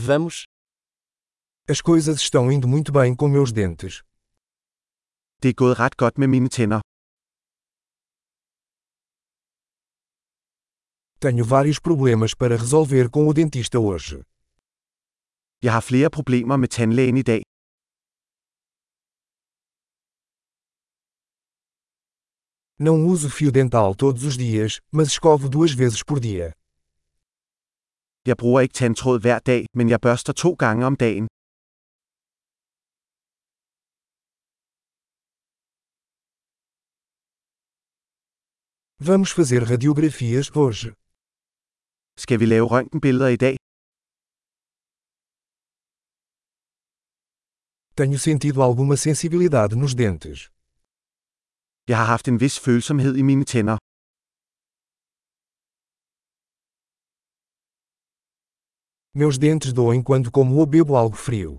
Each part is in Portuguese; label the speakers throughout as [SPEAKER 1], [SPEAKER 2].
[SPEAKER 1] Vamos.
[SPEAKER 2] As coisas estão indo muito bem com meus dentes.
[SPEAKER 3] Det er gået ret godt med mine tænder.
[SPEAKER 2] Tenho vários problemas para resolver com o dentista hoje.
[SPEAKER 3] Jeg har flere problemer med tandlægen i dag.
[SPEAKER 2] Não uso fio dental todos os dias, mas escovo duas vezes por dia.
[SPEAKER 3] Jeg bruger ikke tandtråd hver dag, men jeg børster to gange om dagen.
[SPEAKER 2] Vamos fazer radiografias hoje.
[SPEAKER 3] Skal vi lave røntgenbilleder i dag?
[SPEAKER 2] Tenho sentido alguma sensibilidade nos dentes.
[SPEAKER 3] Jeg har haft en vis følsomhed i mine tænder.
[SPEAKER 2] Meus dentes doem quando como ou bebo algo frio.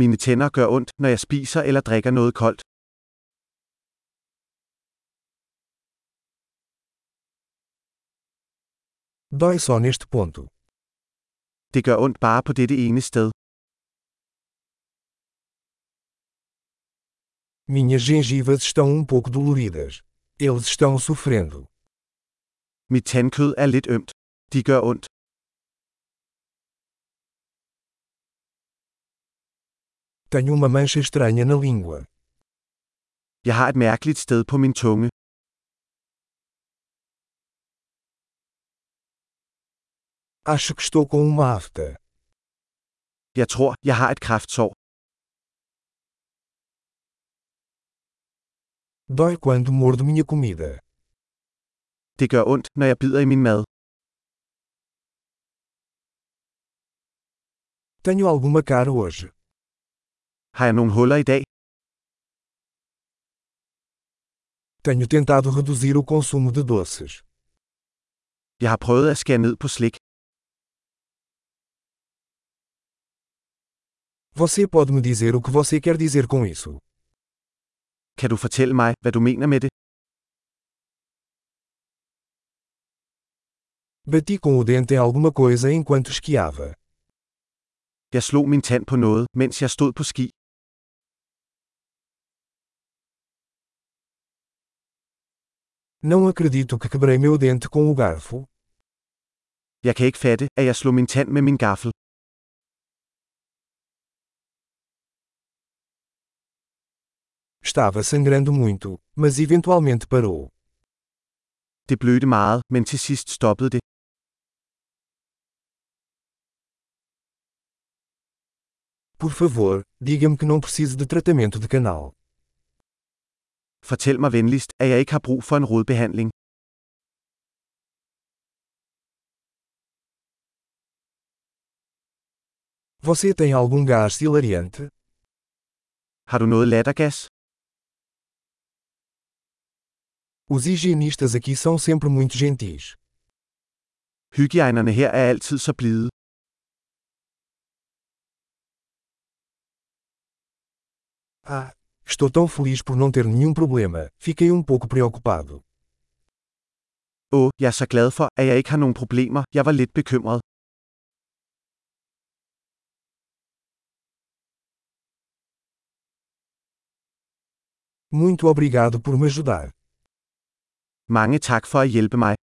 [SPEAKER 3] Mine tænder gør ondt, når jeg spiser eller drikker noget koldt.
[SPEAKER 2] Dói só neste ponto.
[SPEAKER 3] Det gør ondt bare på dette ene sted.
[SPEAKER 2] Minhas gengivas estão um pouco doloridas. Eles estão sofrendo.
[SPEAKER 3] Mit tandkød er lidt ømt. De gør ondt.
[SPEAKER 2] Tenho uma mancha estranha na língua.
[SPEAKER 3] Jeg har et mærkeligt sted på min tunge.
[SPEAKER 2] Acho que estou com uma afta.
[SPEAKER 3] Jeg tror, jeg har et kræftsår.
[SPEAKER 2] Dói quando mordo minha comida.
[SPEAKER 3] Det gør ondt, når jeg bider i min mad.
[SPEAKER 2] Tenho alguma cara hoje.
[SPEAKER 3] Har jeg nogle huller i dag?
[SPEAKER 2] Tenho tentado reduzir o consumo de doces.
[SPEAKER 3] Jeg har prøvet at skære ned på slik.
[SPEAKER 2] Você pode me dizer o que você quer dizer com isso?
[SPEAKER 3] Kan du fortælle mig, hvad du mener med det?
[SPEAKER 2] Bati com o dente em alguma coisa enquanto esquiava.
[SPEAKER 3] Jeg slog min tand på noget, mens jeg stod på ski.
[SPEAKER 2] Não acredito que quebrei meu dente com o garfo.
[SPEAKER 3] Jeg kan ikke fatte, at jeg slog min tand med min gaffel.
[SPEAKER 2] Estava sangrando muito, mas eventualmente parou.
[SPEAKER 3] Det blødte meget, men til sidst stoppede det.
[SPEAKER 2] Por favor, diga-me que não preciso de tratamento de canal.
[SPEAKER 3] Fortæl mig venligst, at jeg ikke har brug for en rodbehandling.
[SPEAKER 2] Você tem algum gás hilariante?
[SPEAKER 3] Har du noget lattergas?
[SPEAKER 2] Os higienistas aqui são sempre muito gentis.
[SPEAKER 3] Hygiejnerne her er altid så blide.
[SPEAKER 2] Ah, estou tão feliz por não ter nenhum problema, fiquei um pouco preocupado.
[SPEAKER 3] Åh, jeg er så glad for, at jeg ikke har nogen problemer. Jeg var lidt bekymret.
[SPEAKER 2] Muito obrigado por me ajudar.
[SPEAKER 3] Mange tak for at hjælpe mig.